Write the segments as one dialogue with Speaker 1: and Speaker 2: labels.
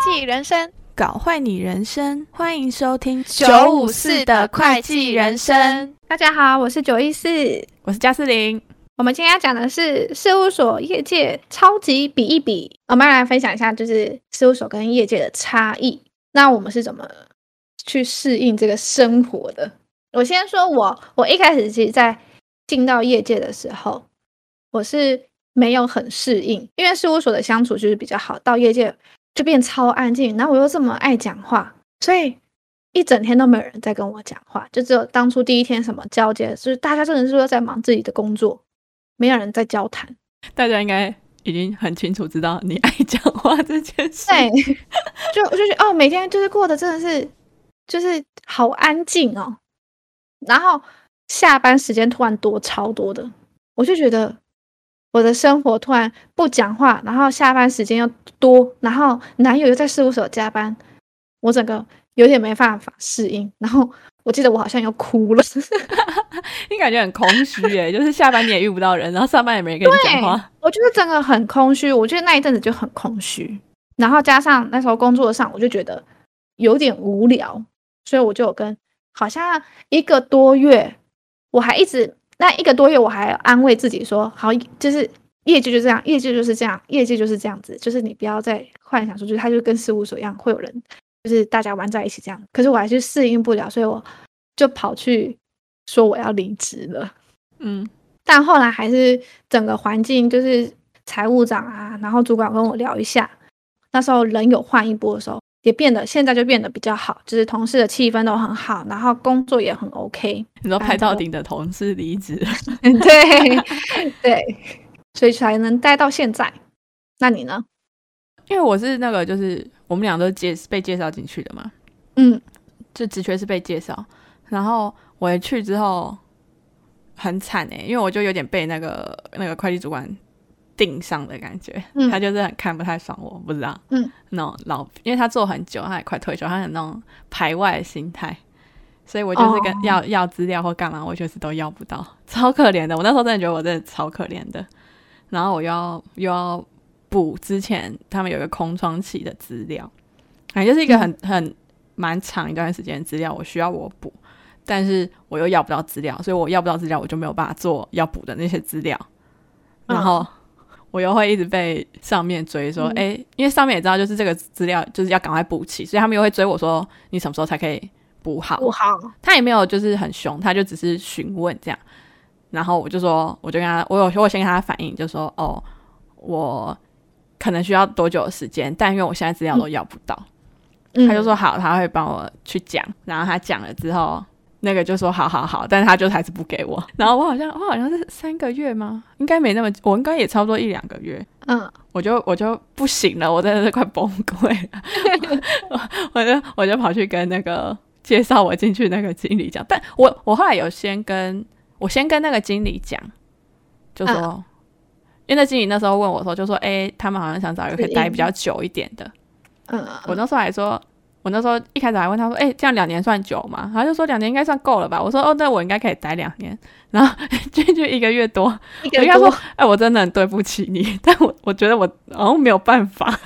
Speaker 1: 计人生
Speaker 2: 搞坏你人生，欢迎收听
Speaker 1: 954的会计人生。
Speaker 3: 大家好，我是九一四。
Speaker 2: 我是加斯林。
Speaker 3: 我们今天要讲的是事务所业界超级比一比。我们要来分享一下，就是事务所跟业界的差异。那我们是怎么去适应这个生活的？我先说我，我一开始其实在进到业界的时候，我是没有很适应，因为事务所的相处就是比较好，到业界就变超安静，然后我又这么爱讲话，所以一整天都没有人在跟我讲话，就只有当初第一天什么交接，就是大家真的是都在忙自己的工作，没有人在交谈。
Speaker 2: 大家应该已经很清楚知道你爱讲话这件事。
Speaker 3: 对， 就我就觉得哦，每天就是过得真的是就是好安静哦。然后下班时间突然多超多的，我就觉得我的生活突然不讲话，然后下班时间又多，然后男友又在事务所加班，我整个有点没办法适应。然后我记得我好像又哭了，
Speaker 2: 你感觉很空虚 耶，就是下班你也遇不到人，然后上班也没人跟你讲话。
Speaker 3: 我就是真的很空虚，我觉得那一阵子就很空虚，然后加上那时候工作上，我就觉得有点无聊，所以我就有跟好像一个多月，我还一直那一个多月我还安慰自己说，好，就是业绩就这样，业绩就是这样，业绩就是这样子，就是你不要再幻想说，就是它就跟事务所一样，会有人就是大家玩在一起这样，可是我还是适应不了，所以我就跑去说我要离职了。
Speaker 2: 嗯，
Speaker 3: 但后来还是整个环境就是财务长啊，然后主管跟我聊一下，那时候人有换一波的时候，也变得现在就变得比较好，就是同事的气氛都很好，然后工作也很 OK。
Speaker 2: 你说拍到顶的同事离职，
Speaker 3: 对 对，所以才能待到现在。那你呢？
Speaker 2: 因为我是那个就是我们俩都介被介绍进去的嘛，
Speaker 3: 嗯，
Speaker 2: 就职缺是被介绍，然后我一去之后很惨哎、因为我就有点被那个那个会计主管定上的感觉，
Speaker 3: 嗯
Speaker 2: 他就是很看不太爽我，不知道，
Speaker 3: 嗯，
Speaker 2: 那种老，因为他做很久，他也快退休，他有那种排外的心态，所以我就是跟、
Speaker 3: 哦
Speaker 2: 要要资料或干嘛，我就是都要不到，超可怜的。我那时候真的觉得我真的超可怜的，然后我又要又要补之前他们有一个空窗期的资料，反正就是一个很、
Speaker 3: 嗯
Speaker 2: 很蛮长一段时间的资料，我需要我补，但是我又要不到资料，所以我要不到资料，我就没有办法做要补的那些资料，
Speaker 3: 嗯
Speaker 2: 然后我又会一直被上面追说，
Speaker 3: 嗯
Speaker 2: 哎、因为上面也知道就是这个资料就是要赶快补齐，所以他们又会追我说你什么时候才可以补好？
Speaker 3: 不啊好，
Speaker 2: 他也没有就是很凶，他就只是询问这样。然后我就说，我就跟他，我有我先跟他反映，就说哦，我可能需要多久的时间，但因为我现在资料都要不到，
Speaker 3: 嗯，
Speaker 2: 他就说好，他会帮我去讲。然后他讲了之后，那个就说好好好，但是他就还是不给我。然后我好像我好像是三个月吗？应该没那么，我应该也差不多一两个月。
Speaker 3: 嗯，
Speaker 2: 我就我就不行了，我真的是快崩溃了，我我就我就跑去跟那个介绍我进去那个经理讲，但我我后来有先跟我先跟那个经理讲，就说，因为那经理那时候问我说，就说哎、诶他们好像想找一个可以待比较久一点的，
Speaker 3: 嗯
Speaker 2: 我那时候还说。我那时候一开始还问他说：“哎、这样两年算久吗？”他就说：“两年应该算够了吧。”我说：“哦，那我应该可以待两年。”然后进去一个月多，
Speaker 3: 一
Speaker 2: 我
Speaker 3: 个
Speaker 2: 跟他
Speaker 3: 多
Speaker 2: 说，：“哎，我真的很对不起你， 但我我觉得我好像没有办法，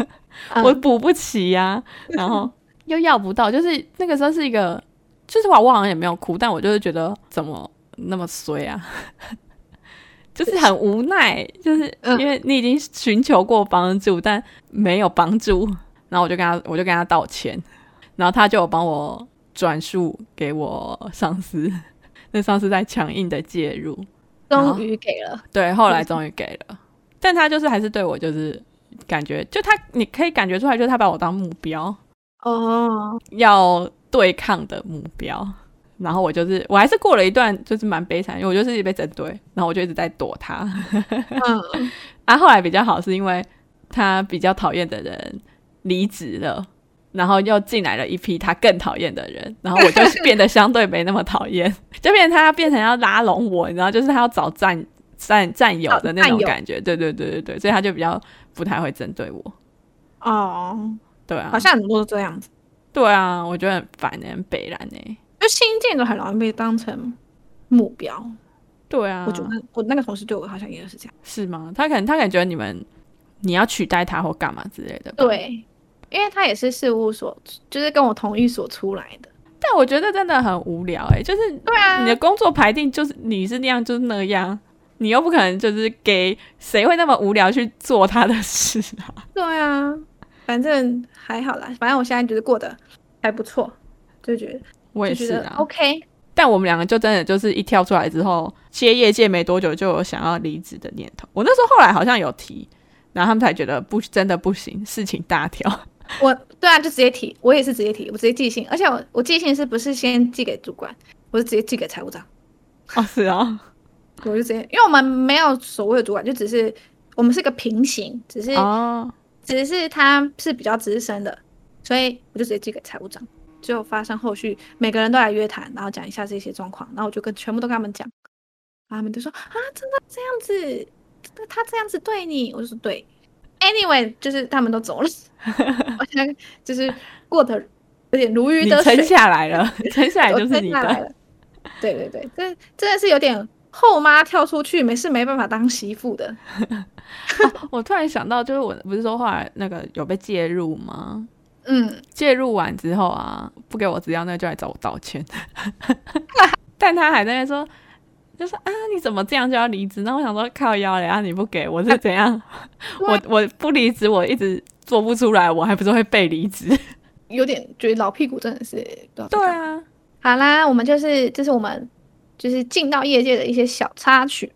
Speaker 3: 嗯
Speaker 2: 我补不起呀、然后 又要不到，就是那个时候是一个，就是我我好像也没有哭，但我就是觉得怎么那么衰啊， 就是很无奈，就是
Speaker 3: 嗯
Speaker 2: 因为你已经寻求过帮助，但没有帮助，然后我就跟他我就跟他道歉，然后他就有帮我转述给我上司，那上司在强硬的介入，
Speaker 3: 终于给了，
Speaker 2: 对，后来终于给了， 但他就是还是对我就是感觉，就他你可以感觉出来，就是他把我当目标，
Speaker 3: 哦，
Speaker 2: 要对抗的目标。然后我就是，我还是过了一段就是蛮悲惨，因为我就是一直被针对，然后我就一直在躲他。
Speaker 3: 嗯，
Speaker 2: 啊，后来比较好，是因为他比较讨厌的人离职了，然后又进来了一批他更讨厌的人，然后我就变得相对没那么讨厌， 就变成他变成要拉拢我，然后就是他要找战战战友的那
Speaker 3: 找
Speaker 2: 种
Speaker 3: 哦战友
Speaker 2: 感觉，对对对对对，所以他就比较不太会针对我，
Speaker 3: 哦，
Speaker 2: 对啊，
Speaker 3: 好像很多都这样子，
Speaker 2: 对啊，我觉得很烦欸，很北蓝哎、
Speaker 3: 就新进的很容易被当成目标。
Speaker 2: 对啊，
Speaker 3: 我觉得那我那个同事对我好像也是这样。
Speaker 2: 是吗？他可能他可能觉得你们你要取代他或干嘛之类的吧，
Speaker 3: 对，因为他也是事务所，就是跟我同一所出来的。
Speaker 2: 但我觉得真的很无聊哎、就是
Speaker 3: 对啊
Speaker 2: 你的工作排定就是你是那样就是那样，你又不可能就是给谁会那么无聊去做他的事 啊？
Speaker 3: 对啊，反正还好啦，反正我现在就是过得还不错，就觉得
Speaker 2: 我也
Speaker 3: 就觉
Speaker 2: 是
Speaker 3: 得哦
Speaker 2: 啊，
Speaker 3: OK。
Speaker 2: 但我们两个就真的就是一跳出来之后，接业界没多久就有想要离职的念头。我那时候后来好像有提，然后他们才觉得不真的不行，事情大条。
Speaker 3: 我对啊，就直接提，我也是直接提，我直接寄信，而且我我寄信是不是先寄给主管，我是直接寄给财务长，
Speaker 2: 哦，是啊，
Speaker 3: 我就直接，因为我们没有所谓的主管，就只是我们是个平行，只是、
Speaker 2: 哦，
Speaker 3: 只是他是比较资深的，所以我就直接寄给财务长。就发生后续，每个人都来约谈，然后讲一下这些状况，然后我就跟全部都跟他们讲，然后他们就说啊，真的这样子，真的他这样子对你，我就说对。Anyway，就是他们都走了，我现在就是过得有点如鱼
Speaker 2: 你
Speaker 3: 得水
Speaker 2: 撑，下来 了，撑下来
Speaker 3: 我
Speaker 2: 就是
Speaker 3: 撑
Speaker 2: 你
Speaker 3: 下来
Speaker 2: 的。
Speaker 3: 了。对对对，这真的是有点后妈跳出去，没事没办法当媳妇的。
Speaker 2: 我突然想到，就是我不是说后来那个有被介入吗？
Speaker 3: 嗯，
Speaker 2: 介入完之后啊，不给我资料，那就来找我道歉。 但他还在那边说，就说啊，你怎么这样就要离职？那我想说靠腰嘞，啊你不给我是怎 样？我我不离职，我一直做不出来，我还不是会被离职？
Speaker 3: 有点觉得老屁股真的是不知道在
Speaker 2: 对
Speaker 3: 干嘛
Speaker 2: 啊，
Speaker 3: 好啦，我们就是这是我们就是进到业界的一些小插曲。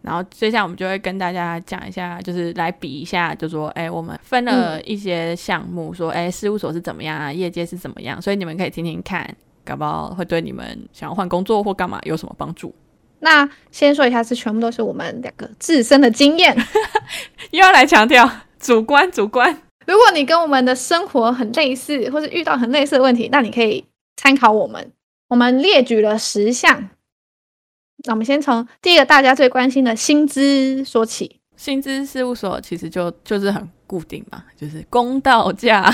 Speaker 2: 然后接下来我们就会跟大家讲一下，就是来比一下，就说，哎，我们分了一些项目，说，哎，事务所是怎么样啊，业界是怎么样，所以你们可以听听看，搞不好会对你们想要换工作或干嘛有什么帮助。
Speaker 3: 那先说一下，这全部都是我们两个自身的经验。
Speaker 2: 又要来强调主观，主观。
Speaker 3: 如果你跟我们的生活很类似，或是遇到很类似的问题，那你可以参考我们。我们列举了十项。那我们先从第一个大家最关心的薪资说起。
Speaker 2: 薪资事务所其实就就是很固定嘛，就是公道价，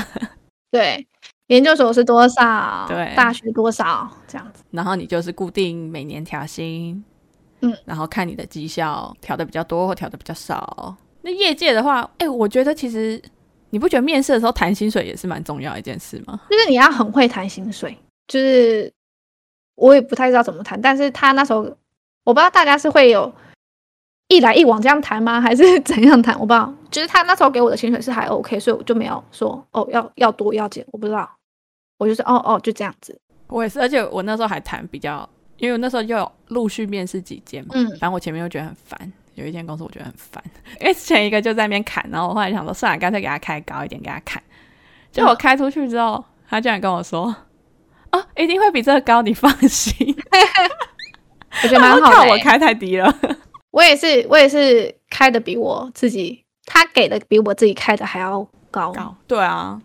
Speaker 3: 对，研究所是多少？
Speaker 2: 对
Speaker 3: 大学多少？这样子。
Speaker 2: 然后你就是固定每年调薪，
Speaker 3: 嗯，
Speaker 2: 然后看你的绩效调的比较多或调的比较少。那业界的话，哎、我觉得其实你不觉得面试的时候谈薪水也是蛮重要的一件事吗？
Speaker 3: 就是你要很会谈薪水，就是我也不太知道怎么谈，但是他那时候我不知道大家是会有一来一往这样谈吗，还是怎样谈？我不知道，就是他那时候给我的薪水是还 OK，所以我就没有说哦要要多要减，我不知道，我就是哦哦就这样子，
Speaker 2: 我也是，而且我那时候还谈比较，因为我那时候又有陆续面试几间嘛，
Speaker 3: 嗯
Speaker 2: 反正我前面又觉得很烦，有一间公司我觉得很烦，因为前一个就在那边砍，然后我后来想说，算了，干脆给他开高一点，给他砍。结果我开出去之后，他竟然跟我说：“哦，一定会比这个高，你放心。
Speaker 3: 我觉得蛮好的、
Speaker 2: 靠哦我
Speaker 3: 欸。
Speaker 2: 开太低了。
Speaker 3: 我也是，我也是开的比我自己他给的比我自己开的还要高，
Speaker 2: 高，对啊，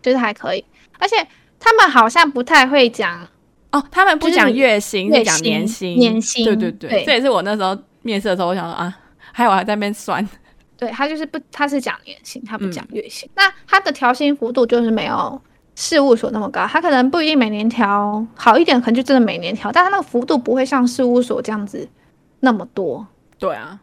Speaker 3: 就是还可以，而且他们好像不太会讲
Speaker 2: 哦，他们不
Speaker 3: 就是
Speaker 2: 讲月薪，
Speaker 3: 月
Speaker 2: 是讲
Speaker 3: 薪
Speaker 2: 年薪，
Speaker 3: 年薪
Speaker 2: 对对对，
Speaker 3: 对
Speaker 2: 这也是我那时候面试的时候，我想说啊，还有我还在那边算，
Speaker 3: 对他就是不，他是讲年薪，他不
Speaker 2: 嗯
Speaker 3: 讲月薪。那他的调薪幅度就是没有事务所那么高，他可能不一定每年调，好一点可能就真的每年调，但他那个幅度不会像事务所这样子那么多，
Speaker 2: 对啊，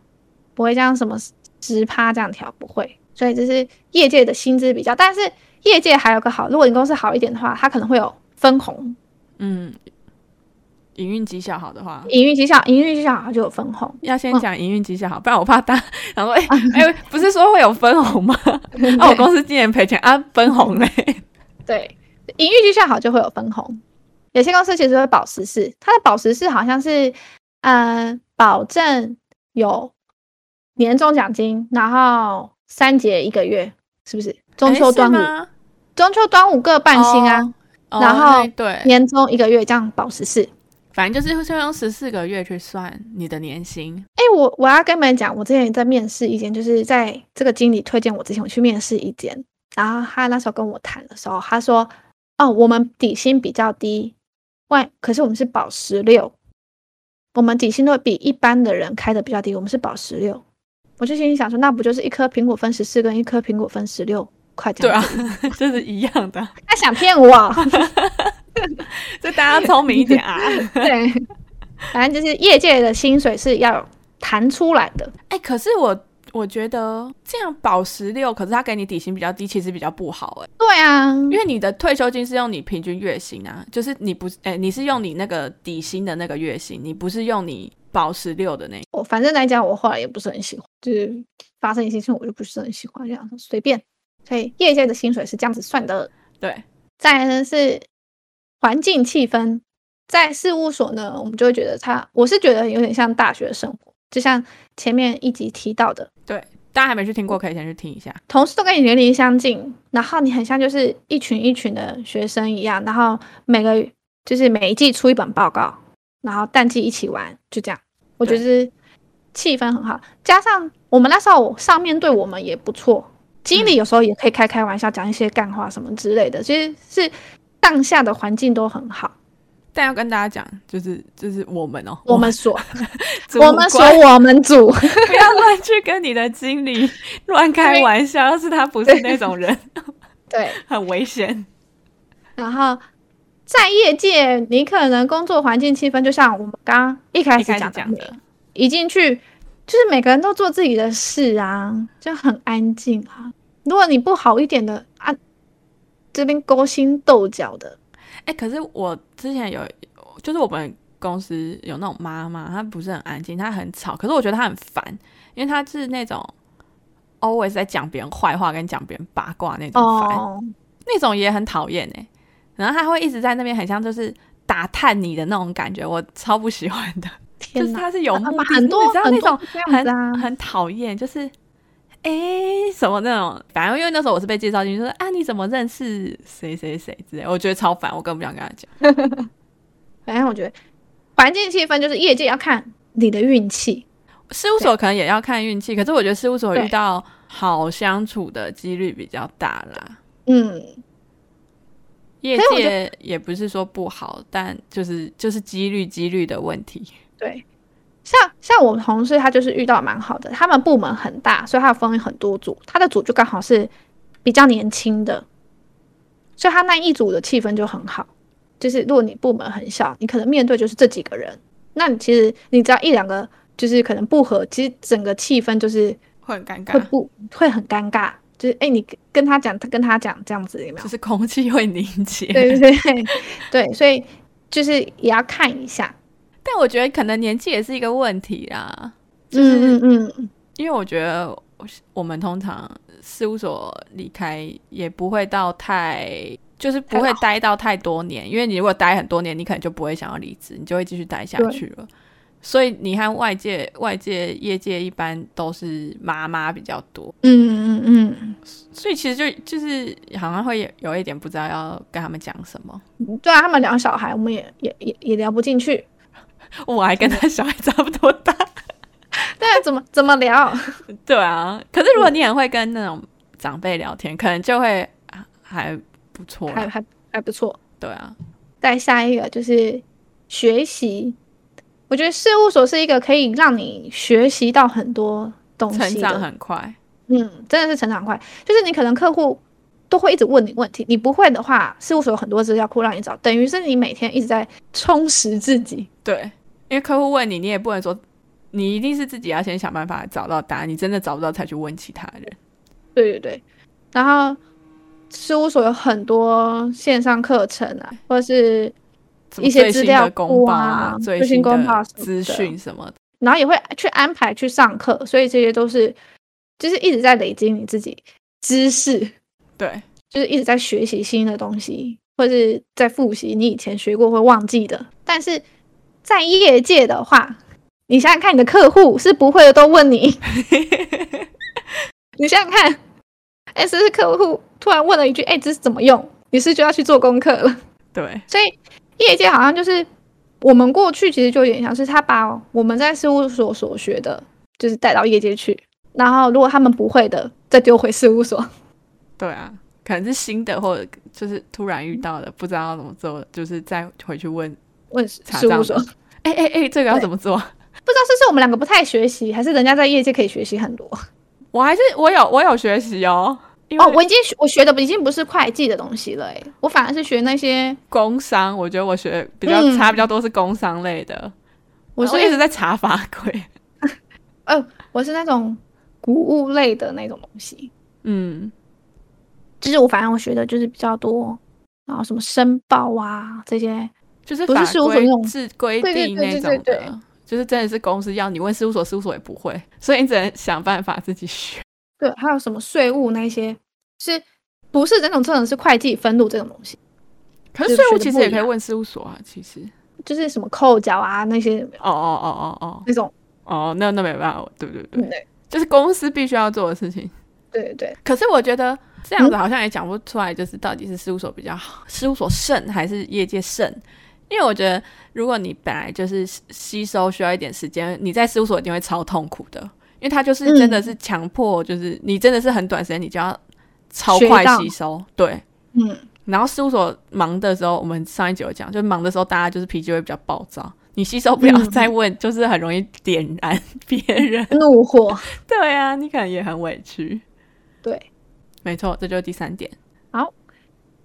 Speaker 3: 不会像什么十趴这样调，不会。所以这是业界的薪资比较，但是业界还有个好，如果你公司好一点的话，它可能会有分红，
Speaker 2: 嗯，营运绩效好的话，
Speaker 3: 营运绩效，营运绩效好就有分红。
Speaker 2: 要先讲营运绩效好，不然我怕大家想说，哎、哎、不是说会有分红 吗？啊，我公司今年赔钱啊，分红 嘞，
Speaker 3: 对，营运绩效好就会有分红。有些公司其实会保十四，它的保十四好像是，嗯，保证有年终奖金，然后三节一个月，是不是？中秋、端午，
Speaker 2: 哎是吗
Speaker 3: 中秋、端午各半薪啊，
Speaker 2: 哦
Speaker 3: 然后
Speaker 2: 那对，
Speaker 3: 年终一个月这样保十四。
Speaker 2: 反正就是先用十四个月去算你的年 薪，
Speaker 3: 哎，我我要跟你们讲，我之前在面试一间，就是在这个经理推荐我之前，我去面试一间，然后他那时候跟我谈的时候，他说：“哦，我们底薪比较低，万可是我们是保十六，我们底薪都比一般的人开的比较低，我们是保十六。”我就心里想说，那不就是一颗苹果分十四跟一颗苹果分十六块这
Speaker 2: 对
Speaker 3: 样
Speaker 2: 啊
Speaker 3: 子？，
Speaker 2: 就是一样的，啊
Speaker 3: 他想骗 我，
Speaker 2: 就大家聪明一点 啊。
Speaker 3: 对，反正就是业界的薪水是要谈出来的。
Speaker 2: 哎、可是我我觉得这样保十六，可是他给你底薪比较低，其实比较不好哎、
Speaker 3: 对啊，
Speaker 2: 因为你的退休金是用你平均月薪啊，就是你不哎、你是用你那个底薪的那个月薪，你不是用你保十六的那
Speaker 3: 我反正来讲，我后来也不是很喜欢，就是发生一些事情我就不是很喜欢这样随便。所以业界的薪水是这样子算的。
Speaker 2: 对
Speaker 3: 再来呢是环境气氛，在事务所呢，我们就会觉得它，我是觉得有点像大学生活，就像前面一集提到的，
Speaker 2: 对，大家还没去听过，可以先去听一下。
Speaker 3: 同事都跟你年龄相近，然后你很像就是一群一群的学生一样，然后每个就是每一季出一本报告，然后淡季一起玩，就这样。我觉
Speaker 2: 对
Speaker 3: 得是气氛很好，加上我们那时候上面对我们也不错，经理有时候也可以开开玩笑，讲一些干话什么之类的，其实是当下的环境都很好。
Speaker 2: 但要跟大家讲，就是就是我们哦，
Speaker 3: 我们所
Speaker 2: 主
Speaker 3: 我们所
Speaker 2: 管
Speaker 3: 我们组，
Speaker 2: 不要乱去跟你的经理 乱开玩笑，要是他不是那种人，
Speaker 3: 对，
Speaker 2: 很危险。
Speaker 3: 然后在业界，你可能工作环境气氛，就像我们刚刚一开
Speaker 2: 一
Speaker 3: 始
Speaker 2: 开始
Speaker 3: 讲
Speaker 2: 讲的，
Speaker 3: 一进去就是每个人都做自己的事啊，就很安静啊。如果你不好一点的啊，这边勾心斗角的，
Speaker 2: 哎、可是我之前有，就是我们公司有那种妈妈，她不是很安静，她很吵，可是我觉得她很烦，因为她是那种 always 在讲别人坏话跟讲别人八卦那种烦，
Speaker 3: 哦，
Speaker 2: 那种也很讨厌哎。然后她会一直在那边很像就是打探你的那种感觉，我超不喜欢的，就
Speaker 3: 天
Speaker 2: 是
Speaker 3: 哪，啊
Speaker 2: 她是有目的，
Speaker 3: 很多
Speaker 2: 你知道
Speaker 3: 很
Speaker 2: 那种
Speaker 3: 多这样子啊
Speaker 2: 很，很讨厌，就是哎、诶什么那种，反正因为那时候我是被介绍进去，说啊你怎么认识谁谁谁之类，我觉得超烦，我根本不想跟他讲。
Speaker 3: 反正我觉得环境气氛就是业界要看你的运气，
Speaker 2: 事务所可能也要看运气，可是我觉得事务所
Speaker 3: 对
Speaker 2: 遇到好相处的几率比较大啦。
Speaker 3: 嗯，
Speaker 2: 业
Speaker 3: 可是我觉
Speaker 2: 界也不是说不好，但就是就是几率几率的问题。
Speaker 3: 对，像像我们同事他就是遇到蛮好的，他们部门很大，所以他分很多组，他的组就刚好是比较年轻的，所以他那一组的气氛就很好。就是如果你部门很小，你可能面对就是这几个人，那你其实你只要一两个就是可能不合，其实整个气氛就是
Speaker 2: 会很尴
Speaker 3: 会
Speaker 2: 尬，
Speaker 3: 不会很尴尬，就是哎、你跟跟他讲，他跟他讲这样子有没有
Speaker 2: 就？是空气会凝结。
Speaker 3: 对对对对，所以就是也要看一下，
Speaker 2: 但我觉得可能年纪也是一个问题啦。
Speaker 3: 嗯嗯嗯，
Speaker 2: 因为我觉得我们通常事务所离开也不会到太，就是不会
Speaker 3: 太老
Speaker 2: 待到太多年，因为你如果待很多年，你可能就不会想要离职，你就会继续待下去了。所以你和外界、外界、业界一般都是妈妈比较多，
Speaker 3: 嗯嗯嗯。嗯
Speaker 2: 所以其实就就是好像会有有一点不知道要跟他们讲什么。
Speaker 3: 对啊，他们聊小孩，我们也也也也聊不进去。
Speaker 2: 我还跟他小孩差不多大，
Speaker 3: 对啊，怎么怎么聊？
Speaker 2: 对啊。可是如果你很会跟那种长辈聊天，可能就会啊还不错啦，
Speaker 3: 还还还不错。
Speaker 2: 对啊。
Speaker 3: 再下一个就是学习，我觉得事务所是一个可以让你学习到很多东
Speaker 2: 成
Speaker 3: 西
Speaker 2: 长
Speaker 3: 的。
Speaker 2: 很快。
Speaker 3: 嗯，真的是成长快，就是你可能客户都会一直问你问题，你不会的话，事务所有很多资料库让你找，等于是你每天一直在充实自己。
Speaker 2: 对，因为客户问你，你也不能说你一定是自己要先想办法找到答案，你真的找不到才去问其他人。
Speaker 3: 对对对，然后事务所有很多线上课程啊，或是
Speaker 2: 什么
Speaker 3: 一些
Speaker 2: 最
Speaker 3: 资
Speaker 2: 新
Speaker 3: 料
Speaker 2: 的公
Speaker 3: 库
Speaker 2: 报
Speaker 3: 啊最
Speaker 2: 最
Speaker 3: 新
Speaker 2: 新
Speaker 3: 公报
Speaker 2: 的
Speaker 3: 什么
Speaker 2: 资
Speaker 3: 的
Speaker 2: 讯什么的，
Speaker 3: 然后也会去安排去上课，所以这些都是就是一直在累积你自己知识，
Speaker 2: 对，
Speaker 3: 就是一直在学习新的东西，或是在复习你以前学过会忘记的。但是在业界的话，你想想看，你的客户是不会的都问你， 你想想看， 哎，是不是客户突然问了一句，哎，这是怎么用？你是就要去做功课了。
Speaker 2: 对，
Speaker 3: 所以业界好像就是我们过去其实就有点像是他把我们在事务所所学的，就是带到业界去，然后如果他们不会的，再丢回事务所。
Speaker 2: 对啊，可能是新的或者就是突然遇到的，不知道怎么做，就是再回去问
Speaker 3: 问
Speaker 2: 查
Speaker 3: 事
Speaker 2: 账
Speaker 3: 务
Speaker 2: 的
Speaker 3: 所，不知道。
Speaker 2: 哎哎哎，这个要
Speaker 3: 对
Speaker 2: 怎么做？
Speaker 3: 是不是我们两个不太学习，还是人家在业界可以学习很多？
Speaker 2: 我还是我有我有学习哦，因
Speaker 3: 哦，
Speaker 2: 为
Speaker 3: 我已经学我学的已经不是会计的东西了、欸，我反而是学那些，
Speaker 2: 工商，我觉得我学比较
Speaker 3: 嗯
Speaker 2: 差比较多是工商类的，
Speaker 3: 我
Speaker 2: 然后
Speaker 3: 是
Speaker 2: 一直在查法规。
Speaker 3: 呃，我是那种服务类的那种东西。
Speaker 2: 嗯，
Speaker 3: 就是我反正我学的就是比较多，然后什么申报啊这些，
Speaker 2: 就是
Speaker 3: 不是
Speaker 2: 法
Speaker 3: 事务所
Speaker 2: 规
Speaker 3: 那种
Speaker 2: 是规
Speaker 3: 对对
Speaker 2: 定
Speaker 3: 对
Speaker 2: 那
Speaker 3: 对
Speaker 2: 种
Speaker 3: 对对
Speaker 2: 的，就是真的是公司要你问事务所，事务所也不会，所以你只能想办法自己学。
Speaker 3: 对，还有什么税务那些，是不是那种真的是会计分录这种东西？
Speaker 2: 可
Speaker 3: 就
Speaker 2: 是税
Speaker 3: 学
Speaker 2: 务
Speaker 3: 得
Speaker 2: 其实
Speaker 3: 不
Speaker 2: 也
Speaker 3: 一
Speaker 2: 可以
Speaker 3: 样
Speaker 2: 问事务所啊，其实。
Speaker 3: 就是什么扣缴啊那些有没有
Speaker 2: 哦哦哦哦
Speaker 3: 那种，
Speaker 2: 哦哦，那那没办法，对对对，
Speaker 3: 嗯对
Speaker 2: 就是公司必须要做的事情。
Speaker 3: 对对对，
Speaker 2: 可是我觉得这样子好像也讲不出来，就是到底是事务所比较好，事务所胜还是业界胜？因为我觉得，如果你本来就是吸吸收需要一点时间，你在事务所一定会超痛苦的，因为他就是
Speaker 3: 嗯
Speaker 2: 真的是强迫，就是、你真的是很短时间你就要超
Speaker 3: 学
Speaker 2: 快
Speaker 3: 到
Speaker 2: 吸收，对。
Speaker 3: 嗯，
Speaker 2: 然后事务所忙的时候，我们上一集有讲，就忙的时候大家就是脾气会比较暴躁，你吸收不了
Speaker 3: 嗯
Speaker 2: 再问，就是很容易点燃 别人。
Speaker 3: 怒火，
Speaker 2: 对啊，你可能也很委屈。
Speaker 3: 对。
Speaker 2: 没错，这就是第三点。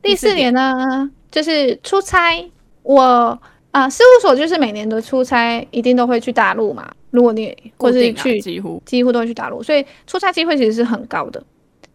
Speaker 2: 第
Speaker 3: 第
Speaker 2: 四
Speaker 3: 四年呢，就是出差。我啊、呃事务所就是每年的出差一定都会去大陆嘛。如果你或
Speaker 2: 固
Speaker 3: 是
Speaker 2: 定啊
Speaker 3: 去，
Speaker 2: 几乎
Speaker 3: 几乎都会去大陆，所以出差机会其实是很高的。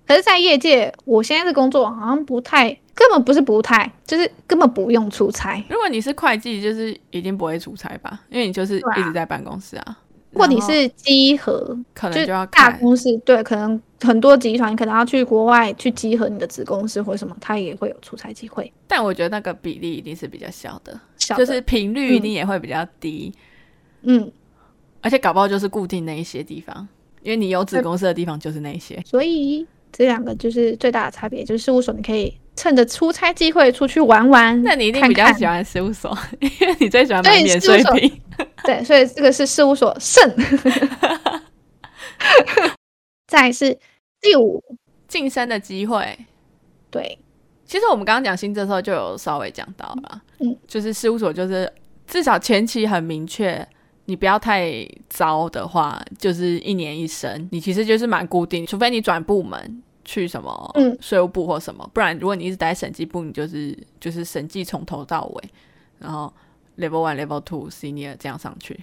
Speaker 3: 可是，在业界，我现在的工作好像不太，根本不是不太，就是根本不用出差。
Speaker 2: 如果你是会计，就是一定不会出差吧，因为你就是
Speaker 3: 对啊
Speaker 2: 一直在办公室啊。
Speaker 3: 如果你
Speaker 2: 然后
Speaker 3: 是集合，
Speaker 2: 可
Speaker 3: 就
Speaker 2: 能
Speaker 3: 是
Speaker 2: 就要
Speaker 3: 大
Speaker 2: 看，
Speaker 3: 公司，对，可能很多集团，你可能要去国外去集合你的子公司或什么，它也会有出差机会。
Speaker 2: 但我觉得那个比例一定是比较小的，
Speaker 3: 小的
Speaker 2: 就是频率一定也会比较低，
Speaker 3: 嗯，
Speaker 2: 而且搞不好就是固定那一些地方，因为你有子公司的地方就是那一些。
Speaker 3: 所以这两个就是最大的差别，就是事务所你可以趁着出差机会出去玩玩。
Speaker 2: 那你一定
Speaker 3: 看
Speaker 2: 比较
Speaker 3: 看
Speaker 2: 喜欢事务所， 因为你最喜欢买
Speaker 3: 对
Speaker 2: 免
Speaker 3: 事务
Speaker 2: 税
Speaker 3: 所
Speaker 2: 品。
Speaker 3: 对，所以这个是事务所 胜。再来是第五，
Speaker 2: 晋升的机会。
Speaker 3: 对，
Speaker 2: 其实我们刚刚讲薪资的时候就有稍微讲到了，
Speaker 3: 嗯
Speaker 2: 就是事务所就是至少前期很明确，你不要太糟的话，就是一年一升，你其实就是蛮固定，除非你转部门去什么
Speaker 3: 嗯
Speaker 2: 税务部或什么，不然如果你一直待在审计部，你就是就是审计从头到尾，然后 level one、level two、senior 这样上去。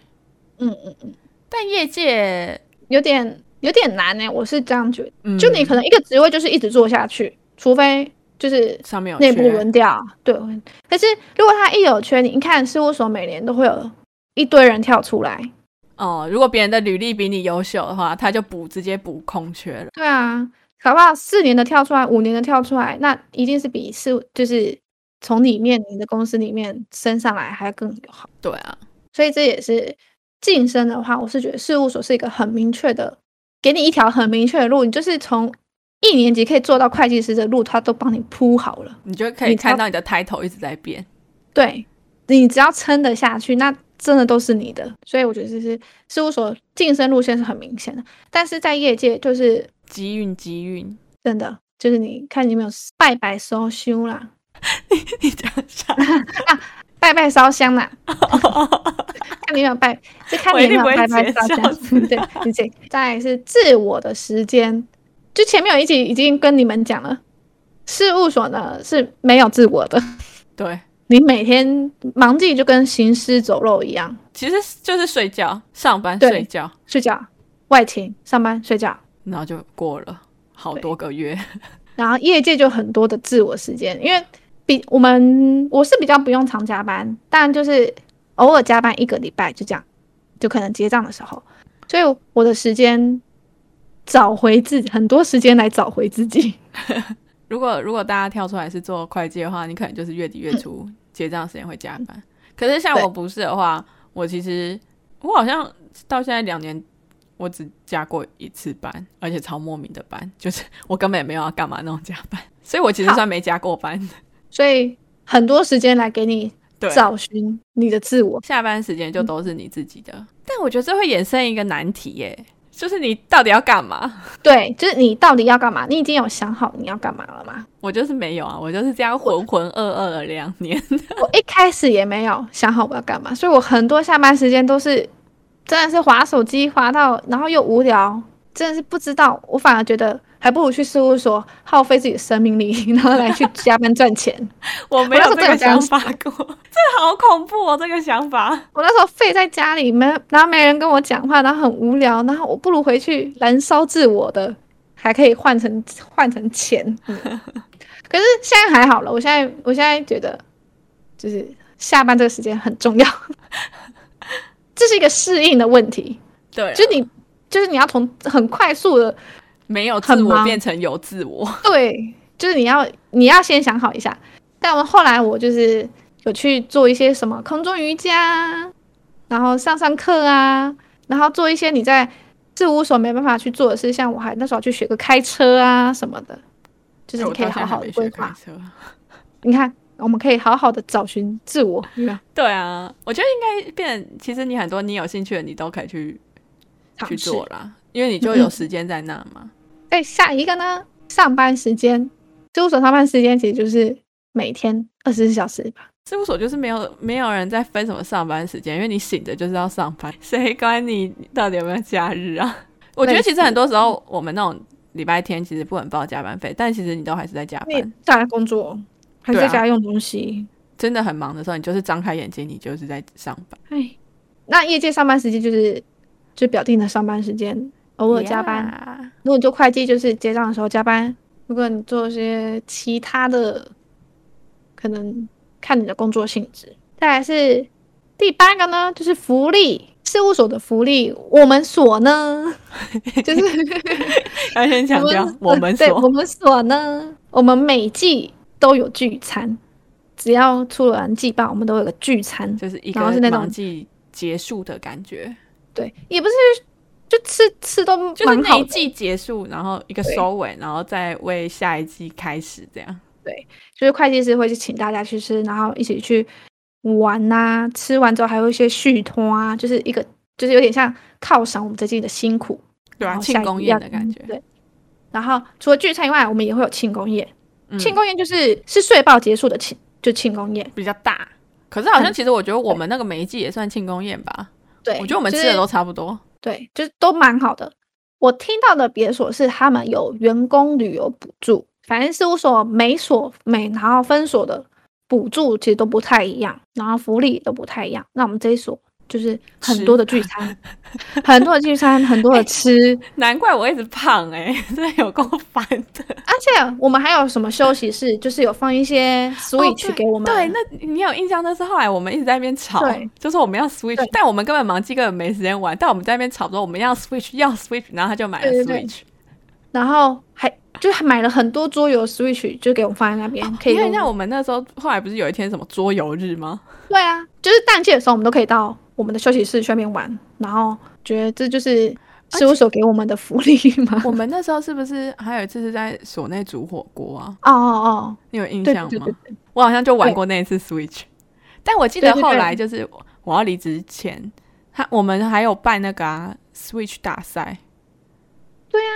Speaker 3: 嗯嗯嗯，
Speaker 2: 但业界，
Speaker 3: 有点有点难呢、我是这样觉得，
Speaker 2: 嗯，
Speaker 3: 就你可能一个职位就是一直做下去，除非就是
Speaker 2: 上面有
Speaker 3: 内部
Speaker 2: 缺
Speaker 3: 轮调，对。可是如果他一有缺，你看事务所每年都会有一堆人跳出来，
Speaker 2: 哦，如果别人的履历比你优秀的话，他就补直接补空缺了。
Speaker 3: 对啊，搞不好四年的跳出来，五年的跳出来，那一定是比四就是从里面你的公司里面升上来还更好。
Speaker 2: 对啊，
Speaker 3: 所以这也是晋升的话，我是觉得事务所是一个很明确的，给你一条很明确的路，你就是从一年级可以做到会计师的路，他都帮你铺好了。
Speaker 2: 你就可以
Speaker 3: 你知道
Speaker 2: 看到你的 title 一直在变。
Speaker 3: 对你只要撑得下去，那真的都是你的。所以我觉得这是事务所晋升路线是很明显的，但是在业界就是
Speaker 2: 机运，机运，
Speaker 3: 真的。就是你看你有没有拜拜收修啦，
Speaker 2: 你这样想，
Speaker 3: 拜拜烧香啦，看你有没有拜，就看
Speaker 2: 我
Speaker 3: 你
Speaker 2: 一
Speaker 3: 有没
Speaker 2: 定
Speaker 3: 有
Speaker 2: 不
Speaker 3: 拜
Speaker 2: 会
Speaker 3: 拜
Speaker 2: 解
Speaker 3: 烧
Speaker 2: 笑
Speaker 3: 香
Speaker 2: 死。
Speaker 3: 对，理解。再来是自我的时间，就前面有一集已经跟你们讲了，事务所呢是没有自我的，
Speaker 2: 对，
Speaker 3: 你每天忙自己就跟行尸走肉一样，
Speaker 2: 其实就是睡觉、上班、
Speaker 3: 对
Speaker 2: 睡觉，
Speaker 3: 睡觉、外勤、上班、睡觉。
Speaker 2: 然后就过了好多个月。
Speaker 3: 然后业界就很多的自我时间，因为比我们我是比较不用常加班，但就是偶尔加班一个礼拜就这样，就可能结账的时候，所以我的时间找回自己，很多时间来找回自己。
Speaker 2: 如果如果大家跳出来是做会计的话，你可能就是月底月 初结账时间会加班。可是像
Speaker 3: 对
Speaker 2: 我不是的话，我其实我好像到现在两年，我只加过一次班，而且超莫名的班，就是我根本也没有要干嘛那种加班，所以我其实
Speaker 3: 好
Speaker 2: 算没加过班。
Speaker 3: 所以很多时间来给你
Speaker 2: 对，
Speaker 3: 找寻你的自我。
Speaker 2: 下班时间
Speaker 3: 嗯
Speaker 2: 就都是你自己的。但我觉得这会衍生一个难题耶，就是你到底要干嘛？
Speaker 3: 对，就是你到底要干嘛？你已经有想好你要干嘛了吗？
Speaker 2: 我就是没有啊，我就是这样浑浑噩噩了两 年。
Speaker 3: 我一开始也没有想好我要干嘛，所以我很多下班时间都是真的是划手机划到，然后又无聊，真的是不知道。我反而觉得还不如去事务所耗费自己的生命力， 然后来去加班赚钱。
Speaker 2: 我没
Speaker 3: 我那
Speaker 2: 有
Speaker 3: 时候
Speaker 2: 这
Speaker 3: 真
Speaker 2: 个
Speaker 3: 的这
Speaker 2: 想
Speaker 3: 样
Speaker 2: 法过，这好恐怖哦！这个想法，
Speaker 3: 我那时候废在家里，没然后没人跟我讲话，然后很无聊，然后我不如回去燃烧自我的，还可以换成换成钱。 嗯可是现在还好了，我现在我现在觉得，就是下班这个时间很重 要，这是一个适应的问题，
Speaker 2: 对啊
Speaker 3: 就是你就是你要从很快速的
Speaker 2: 没有自
Speaker 3: 很
Speaker 2: 我
Speaker 3: 忙
Speaker 2: 变成有自我，
Speaker 3: 对，就是你要你要先想好一下。但我后来我就是有去做一些什么空中瑜伽啊，然后上上课啊，然后做一些你在事务所没办法去做的事，像我还那时候去学个开车啊什么的，就是你可以好好的规划。
Speaker 2: 车。
Speaker 3: 你看，我们可以好好的找寻自我，有没有
Speaker 2: 对啊，我觉得应该变，其实你很多你有兴趣的，你都可以去
Speaker 3: 尝
Speaker 2: 去
Speaker 3: 试
Speaker 2: 做啦，因为你就有时间在那嘛。
Speaker 3: 哎，下一个呢？上班时间，事务所上班时间其实就是每天二十四小时吧。
Speaker 2: 事务所就是没有没有人在分什么上班时间，因为你醒着就是要上班，谁管你到底有没有假日啊？ 我觉得
Speaker 3: 类似
Speaker 2: 其实很多时候我们那种礼拜天其实不能报加班费，但其实你都还是在加
Speaker 3: 你
Speaker 2: 班。
Speaker 3: 在家工作，还是
Speaker 2: 对啊
Speaker 3: 在家用东西？
Speaker 2: 真的很忙的时候，你就是张开眼睛，你就是在上班。
Speaker 3: 哎，那业界上班时间就是就表定的上班时间，偶尔加班。
Speaker 2: 班
Speaker 3: 如果你做会计，就是结账的时候加班；如果你做些其他的，可能看你的工作性质。再来是第八个呢，就是福利。事务所的福利，我们所 呢，就是
Speaker 2: 要先强调我们
Speaker 3: 呃对我
Speaker 2: 所
Speaker 3: 们所呢，我们每季都有聚餐，只要出完季报，我们都有个聚餐。
Speaker 2: 就是一
Speaker 3: 然
Speaker 2: 个
Speaker 3: 后是那种
Speaker 2: 忙季结束的感觉，
Speaker 3: 对，也不是就吃吃都
Speaker 2: 就是
Speaker 3: 蛮
Speaker 2: 那
Speaker 3: 好
Speaker 2: 一
Speaker 3: 的，
Speaker 2: 季结束，然后一个
Speaker 3: 对
Speaker 2: 收尾，然后再为下一季开始这样。
Speaker 3: 就是会计师会去请大家去吃，然后一起去玩呐、吃完之后还有一些续托啊，就是一个就是有点像犒赏我们这季的辛苦，
Speaker 2: 对啊，
Speaker 3: 然后
Speaker 2: 庆
Speaker 3: 下一
Speaker 2: 功
Speaker 3: 季
Speaker 2: 宴
Speaker 3: 要嗯
Speaker 2: 的感觉，
Speaker 3: 对。然后除了聚餐以外，我们也会有庆功宴。
Speaker 2: 嗯
Speaker 3: 庆功宴就是是睡报结束的庆，就庆功宴。
Speaker 2: 比较大。可是好像
Speaker 3: 嗯
Speaker 2: 其实我觉得我们那个每一季也算庆功宴吧，
Speaker 3: 对，
Speaker 2: 我觉得我们吃
Speaker 3: 就
Speaker 2: 的
Speaker 3: 是
Speaker 2: 都差不多。
Speaker 3: 对，就是都蛮好的。我听到的别所是他们有员工旅游补助，反正事务所每所每然后分所的补助其实都不太一样，然后福利都不太一样。那我们这一所就是很多
Speaker 2: 吃
Speaker 3: 的聚餐，很多的聚餐，很
Speaker 2: 哎
Speaker 3: 多的吃，
Speaker 2: 难怪我一直胖哎、欸， 真的有够烦的。
Speaker 3: 而且我们还有什么休息室，就是有放一些 Switch 给我们。
Speaker 2: 哦对，那你有印象？那是后来我们一直在那边吵
Speaker 3: 对，
Speaker 2: 就说我们要 Switch，
Speaker 3: 对
Speaker 2: 但我们根本忙季根本没时间玩，但我们在那边吵说我们要 Switch 要 Switch，然后他就买了
Speaker 3: 对
Speaker 2: Switch。
Speaker 3: 对对然后还就是买了很多桌游 Switch，就给我们放在那边，可以
Speaker 2: 哦因为
Speaker 3: 给
Speaker 2: 像
Speaker 3: 我
Speaker 2: 我
Speaker 3: 们
Speaker 2: 们那时候后来不是有一天什么桌游日吗？
Speaker 3: 对啊，就是淡季的时候，我们都可以到我们的休息室去那边玩，然后觉得这就是事务所给我们的福利嘛。
Speaker 2: 我们那时候是不是还有一次是在所内煮火锅啊？
Speaker 3: 哦哦
Speaker 2: 你有印
Speaker 3: 哦，对
Speaker 2: 象吗？
Speaker 3: 对对对，
Speaker 2: 我好像就玩过那一次 Switch，但我记得
Speaker 3: 对对对
Speaker 2: 后来就是我要离职前，他我们还有办那个、啊、Switch 大赛。
Speaker 3: 对
Speaker 2: 啊，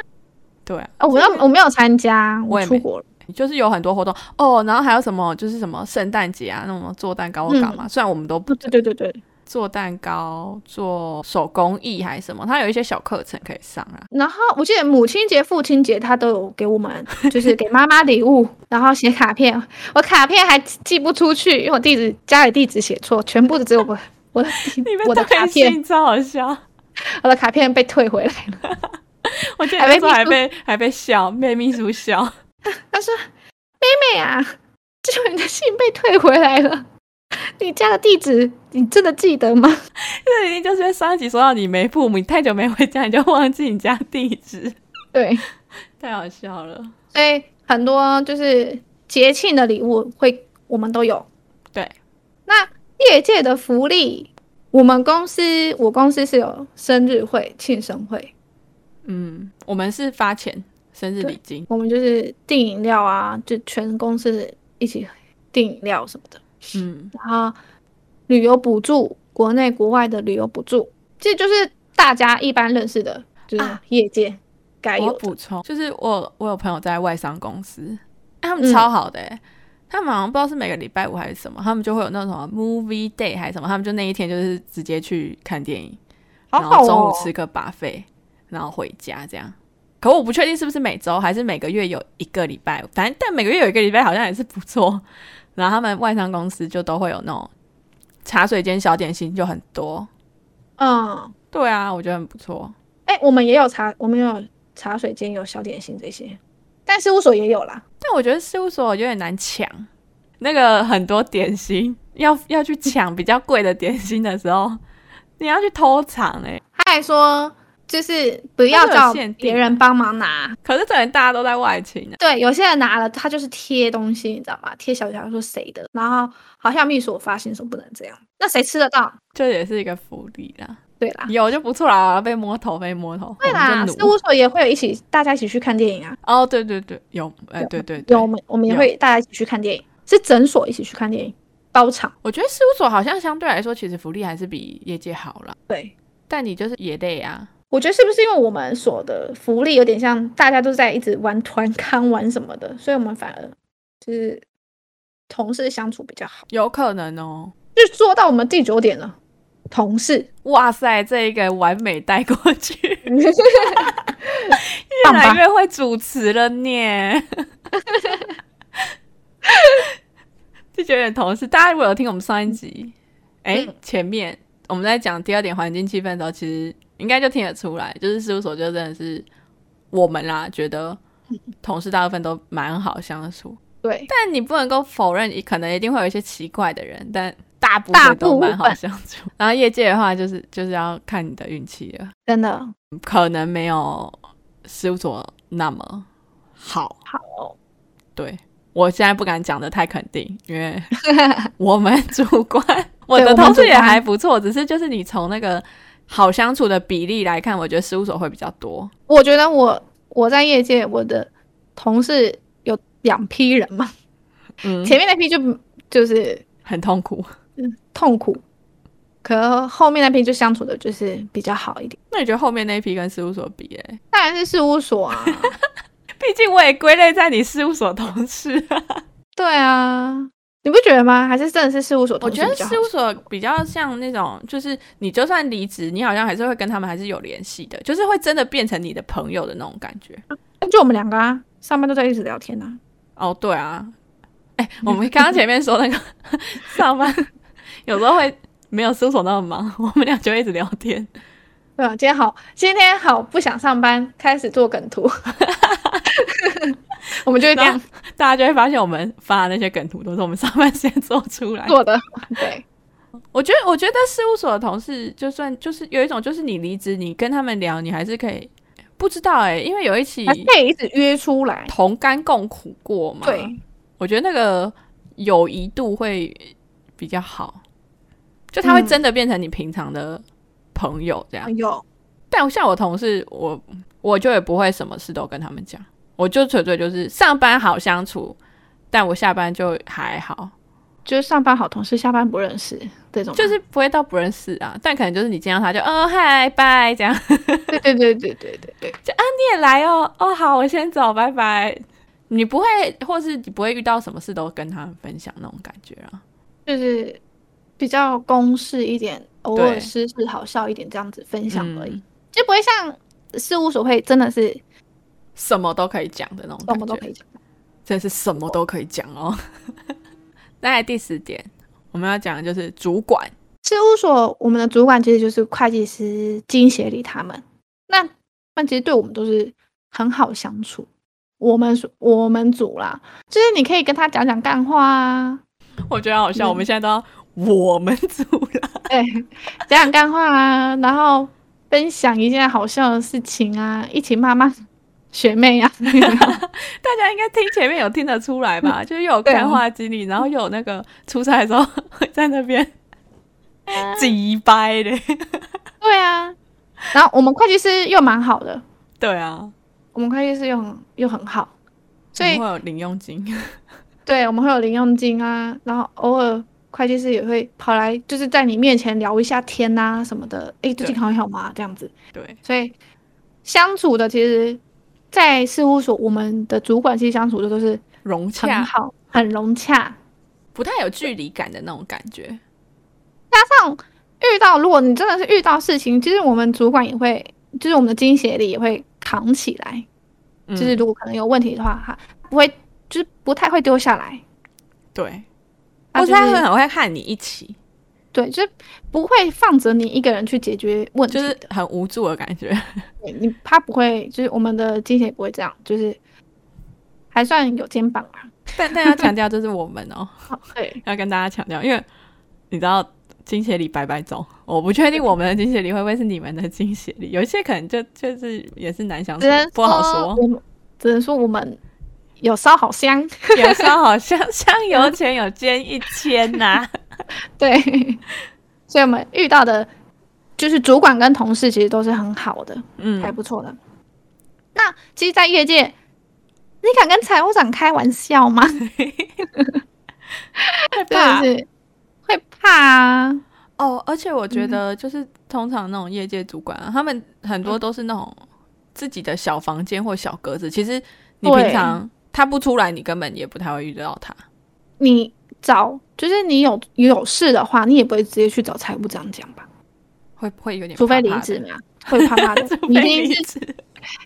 Speaker 2: 对啊，
Speaker 3: 哦，我要我没有参加，
Speaker 2: 我
Speaker 3: 我
Speaker 2: 也
Speaker 3: 出
Speaker 2: 没
Speaker 3: 国了。
Speaker 2: 就是有很多活动哦，然后还有什么就是什么圣诞节啊，那种做蛋糕或干嘛，虽然我们都不
Speaker 3: 哦，对对对对。
Speaker 2: 做蛋糕、做手工艺还是什么，它有一些小课程可以上啊。
Speaker 3: 然后我记得母亲节、父亲节，他都有给我们，就是给妈妈礼物，然后写卡片。我卡片还寄不出去，因为我地址家里地址写错，全部的只有我我的 地
Speaker 2: 你
Speaker 3: 我
Speaker 2: 们
Speaker 3: 的卡
Speaker 2: 退
Speaker 3: 片，
Speaker 2: 信超好笑，
Speaker 3: 我的卡片被退回来了。
Speaker 2: 我记得
Speaker 3: 还
Speaker 2: 那
Speaker 3: 被
Speaker 2: 时
Speaker 3: 秘
Speaker 2: 候还
Speaker 3: 书
Speaker 2: 被还被笑，被秘书笑。
Speaker 3: 他说：“妹妹啊，结果你的信被退回来了，你家的地址你真的记得吗
Speaker 2: 这一定就是上一集说到你没父母，你太久没回家，你就忘记你家地址，？”
Speaker 3: 对，
Speaker 2: 太好笑了。
Speaker 3: 所以很多就是节庆的礼物会我们都有。
Speaker 2: 对，
Speaker 3: 那业界的福利，我们公司我公司是有生日会、庆生会，
Speaker 2: 嗯，我们是发钱生日礼金，
Speaker 3: 我们就是订饮料啊，就全公司一起订饮料什么的。
Speaker 2: 嗯，
Speaker 3: 然后旅游补助，国内国外的旅游补助，这就是大家一般认识的，就是
Speaker 2: 啊哦
Speaker 3: 业界该
Speaker 2: 我
Speaker 3: 有
Speaker 2: 要
Speaker 3: 的。
Speaker 2: 补充，就是我我有朋友在外商公司，哎他们
Speaker 3: 嗯
Speaker 2: 超好的、欸。他们好像不知道是每个礼拜五还是什么，他们就会有那种什么啊 movie day 还是什么，他们就那一天就是直
Speaker 3: 哦
Speaker 2: 哦接去看电影，然后中午吃个 buffet，然后回家这样。可我不确定是不是每周还是每个月有一个礼拜，反正但每个月有一个礼拜好像也是不错。然后他们外商公司就都会有那种茶水间小点心就很多，
Speaker 3: 嗯，
Speaker 2: 对啊，我觉得很不错。
Speaker 3: 哎、我们也有茶，我们也有茶水间有小点心这些，但事务所也有啦。
Speaker 2: 但我觉得事务所有点难抢，那个很多点心要要去抢比较贵的点心的时候，你要去偷藏哎、
Speaker 3: 他还说就是不要
Speaker 2: 它是有
Speaker 3: 找
Speaker 2: 限定啊
Speaker 3: 别
Speaker 2: 的
Speaker 3: 人帮忙拿，
Speaker 2: 可是等于大家都在外勤啊，
Speaker 3: 对，有些人拿了他就是贴东西，你知道吧？贴小条说谁的，然后好像秘书我发现说不能这样，那谁吃得到？
Speaker 2: 这也是一个福利啦。
Speaker 3: 对 啦，
Speaker 2: 有就不错啦，被摸头被摸头，
Speaker 3: 对啦，
Speaker 2: 我们
Speaker 3: 事
Speaker 2: 就努
Speaker 3: 务所也会有一起大家一起去看电影啊，
Speaker 2: 哦，对对对，有哎、对对对
Speaker 3: 有我，们我们也
Speaker 2: 有
Speaker 3: 会大家一起去看电影，是诊所一起去看电影，包场。
Speaker 2: 我觉得事务所好像相对来说其实福利还是比业界好啦，
Speaker 3: 对，
Speaker 2: 但你就是也累啊，
Speaker 3: 我觉得是不是因为我们所的福利有点像大家都在一直玩团康玩什么的，所以我们反而就是同事相处比较好，
Speaker 2: 有可能哦。
Speaker 3: 就做到我们第九点了，同 事。
Speaker 2: 哇塞，这一个完美带过去，越
Speaker 3: 棒吧
Speaker 2: 来越会主持了呢。 就觉得有点同事，大家如果有听我们上一集，哎、
Speaker 3: 嗯
Speaker 2: 前面我们在讲第二点环境气氛的时候，其实应该就听得出来，就是事务所就真的是我们啦，觉得同事大部分都蛮好相处，
Speaker 3: 对，
Speaker 2: 但你不能够否认，可能一定会有一些奇怪的人，但大部
Speaker 3: 大
Speaker 2: 分
Speaker 3: 部
Speaker 2: 都蛮好
Speaker 3: 分
Speaker 2: 相处。然后业界的话，就是就是要看你的运气了，
Speaker 3: 真的
Speaker 2: 可能没有事务所那么好。
Speaker 3: 好哦、
Speaker 2: 对我现在不敢讲的太肯定，因为我们主观，我的
Speaker 3: 我们
Speaker 2: 同
Speaker 3: 主
Speaker 2: 事也
Speaker 3: 观
Speaker 2: 还不错，只是就是你从那个好相处的比例来看，我觉得事务所会比较多。
Speaker 3: 我觉得我我在业界，我的同事有两批人嘛，
Speaker 2: 嗯，
Speaker 3: 前面那批就就是
Speaker 2: 很痛苦。
Speaker 3: 痛苦，可后面那批就相处的就是比较好一点。
Speaker 2: 那你觉得后面那一批跟事务所比、欸？哎，
Speaker 3: 当然是事务所 啊，
Speaker 2: 毕竟我也归类在你事务所同事、
Speaker 3: 对啊，你不觉得吗？还是真的是事务所
Speaker 2: 我
Speaker 3: 同事
Speaker 2: 觉得
Speaker 3: 比较好
Speaker 2: 事务所比较像那种，就是你就算离职，你好像还是会跟他们还是有联系的，就是会真的变成你的朋友的那种感觉。
Speaker 3: 就我们两个啊，上班都在一直聊天啊。
Speaker 2: 哦，对啊，哎、我们刚刚前面说那个上班有时候会没有事务所那么忙，我们俩就会一直聊天。
Speaker 3: 对啊，今天好，今天好不想上班，开始做梗图， 我们就会这样
Speaker 2: 大家就会发现我们发的那些梗图都是我们上班时间做出来的。
Speaker 3: 做的。对，
Speaker 2: 我觉得，我觉得事务所的同事，就算就是有一种，就是你离职，你跟他们聊，你还是可以不知道哎、因为有一起
Speaker 3: 还是可以一直约出来。
Speaker 2: 同甘共苦过嘛。
Speaker 3: 对，
Speaker 2: 我觉得那个友谊度会比较好，就他会
Speaker 3: 嗯
Speaker 2: 真的变成你平常的朋友这样。
Speaker 3: 有，
Speaker 2: 但像我同事，我我就也不会什么事都跟他们讲，我就纯粹就是上班好相处，但我下班就还好，
Speaker 3: 就是上班好同事，下班不认识这种吗，
Speaker 2: 就是不会到不认识啊。但可能就是你见到他就哦嗨拜 这样，你
Speaker 3: 对对对对对对对，
Speaker 2: 也来哦哦好，我先走拜拜。你不会，或是你不会遇到什么事都跟他们分享那种感觉啊。
Speaker 3: 就是比较公式一点，偶尔
Speaker 2: 对
Speaker 3: 私事好笑一点这样子分享而已，
Speaker 2: 嗯
Speaker 3: 就不会像事务所会真的是
Speaker 2: 什么都可以讲的那种
Speaker 3: 什
Speaker 2: 感
Speaker 3: 么都
Speaker 2: 觉
Speaker 3: 可，以讲。
Speaker 2: 真是什么都可以讲哦。 再来第十点，我们要讲的就是主管，
Speaker 3: 事务所我们的主管其实就是会计师、经营协理他们，那他们其实对我们都是很好相处。我们所我们组啦，就是你可以跟他讲讲干话啊，
Speaker 2: 我觉得好笑。
Speaker 3: 嗯
Speaker 2: 我们现在都要我们组了。
Speaker 3: 对，讲讲干话啊，然后分享一件好笑的事情啊，一起骂骂学妹啊，
Speaker 2: 大 家应该听前面有听得出来吧？就是又有
Speaker 3: 对啊
Speaker 2: 看话经历，然后又有那个出差的时候会在那 边急掰的。
Speaker 3: 对啊，然后我们会计师又蛮好的，
Speaker 2: 对啊，
Speaker 3: 我们会计师又很又很好，所以
Speaker 2: 我们会有零用金，
Speaker 3: 对我们会有零用金啊，然后偶尔会计师也会跑来，就是在你面前聊一下天呐、什么的，诶，最近
Speaker 2: 对
Speaker 3: 好好吗？这样子，
Speaker 2: 对，
Speaker 3: 所以相处的其实，在事务所我们的主管其实相处的都是
Speaker 2: 融
Speaker 3: 很
Speaker 2: 洽，
Speaker 3: 好，很融洽。
Speaker 2: 不太有距离感的那种感觉。
Speaker 3: 遇到如果你真的是遇到事情，其实我们主管也会，就是我们的经营协理也会扛起来，
Speaker 2: 嗯
Speaker 3: 就是如果可能有问题的话，他不会就是不太会丢下来，
Speaker 2: 对，
Speaker 3: 他
Speaker 2: 或
Speaker 3: 就是
Speaker 2: 哦他会很会和你一起，
Speaker 3: 对，就是不会放着你一个人去解决问题
Speaker 2: 就
Speaker 3: 的。
Speaker 2: 是很无助的感觉。
Speaker 3: 对你他不会，就是我们的金钱不会这样，就是还算有肩膀啊。
Speaker 2: 但 但要强调，这是我们哦，
Speaker 3: 对，
Speaker 2: 要跟大家强调，因为你知道金协理白白走，我不确定我们的金协理会不会是你们的金协理，有一 些可能就就是也是难相处
Speaker 3: 只能，
Speaker 2: 不好说。
Speaker 3: 我们只能说我们有烧好香，
Speaker 2: 有时候好像香油钱有捐一千呐、
Speaker 3: 对，所以我们遇到的就是主管跟同事其实都是很好的，还
Speaker 2: 嗯，
Speaker 3: 不错的。那其实，在业界，你敢跟财务长开玩笑吗？
Speaker 2: 害
Speaker 3: 真的
Speaker 2: 啊
Speaker 3: 是会怕啊！
Speaker 2: 哦，而且我觉
Speaker 3: 嗯
Speaker 2: 得就是通常那种业界主管啊，他们很多都是那种自己的小房间或小格子，其实你
Speaker 3: 对
Speaker 2: 平常他不出来，你根本也不太会遇到他。
Speaker 3: 你找就是你有有事的话，你也不会直接去找财务长讲吧？
Speaker 2: 会会有点怕
Speaker 3: 除
Speaker 2: 怕
Speaker 3: 非
Speaker 2: 的，
Speaker 3: 离职嘛，会怕怕的
Speaker 2: 除。
Speaker 3: 你
Speaker 2: 非
Speaker 3: 一
Speaker 2: 离
Speaker 3: 定是
Speaker 2: 职，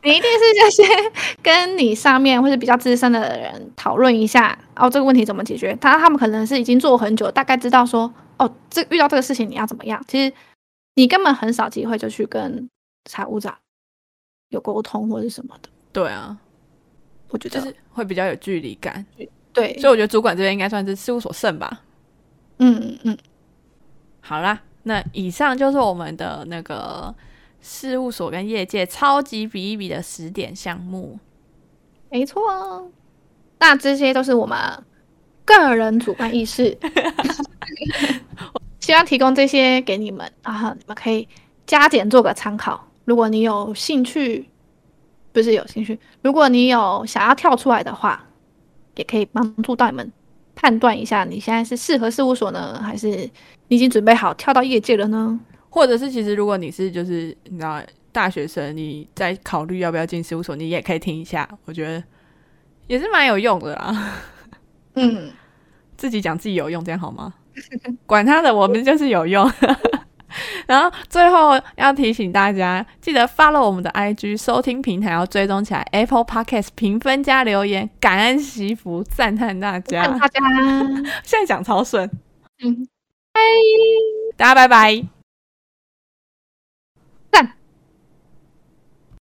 Speaker 3: 你一定是这些 跟你上面或者比较资深的人讨论一下，哦，这个问题怎么解决？他他们可能是已经做很久，大概知道说，哦，这遇到这个事情你要怎么样？其实你根本很少机会就去跟财务长有沟通或者什么的，
Speaker 2: 对啊，
Speaker 3: 我觉
Speaker 2: 就
Speaker 3: 得、
Speaker 2: 是会比较有距离感，
Speaker 3: 对
Speaker 2: 所以，我觉得主管这边应该算是事务所胜吧。
Speaker 3: 嗯嗯，
Speaker 2: 好啦，那以上就是我们的那个事务所跟业界超级比一比的十点项目。
Speaker 3: 没错哦。那这些都是我们个人主观意识，希望提供这些给你们，然后你们可以加减做个参考。如果你有兴趣，不是有兴趣，如果你有想要跳出来的话，也可以帮助到你们判断一下，你现在是适合事务所呢，还是你已经准备好跳到业界了呢？
Speaker 2: 或者是其实如果你是就是你知道大学生，你在考虑要不要进事务所，你也可以听一下，我觉得也是蛮有用的啦。
Speaker 3: 嗯，
Speaker 2: 自己讲自己有用，这样好 吗？管他的，我们就是有用。 然后最后要提醒大家，记得 follow 我们的 IG，收听平台要追踪起来，Apple Podcast 评分加留言，感恩惜福，赞叹大家。
Speaker 3: 看大家，
Speaker 2: 现在讲超顺，
Speaker 3: 嗯，
Speaker 2: 大家拜拜。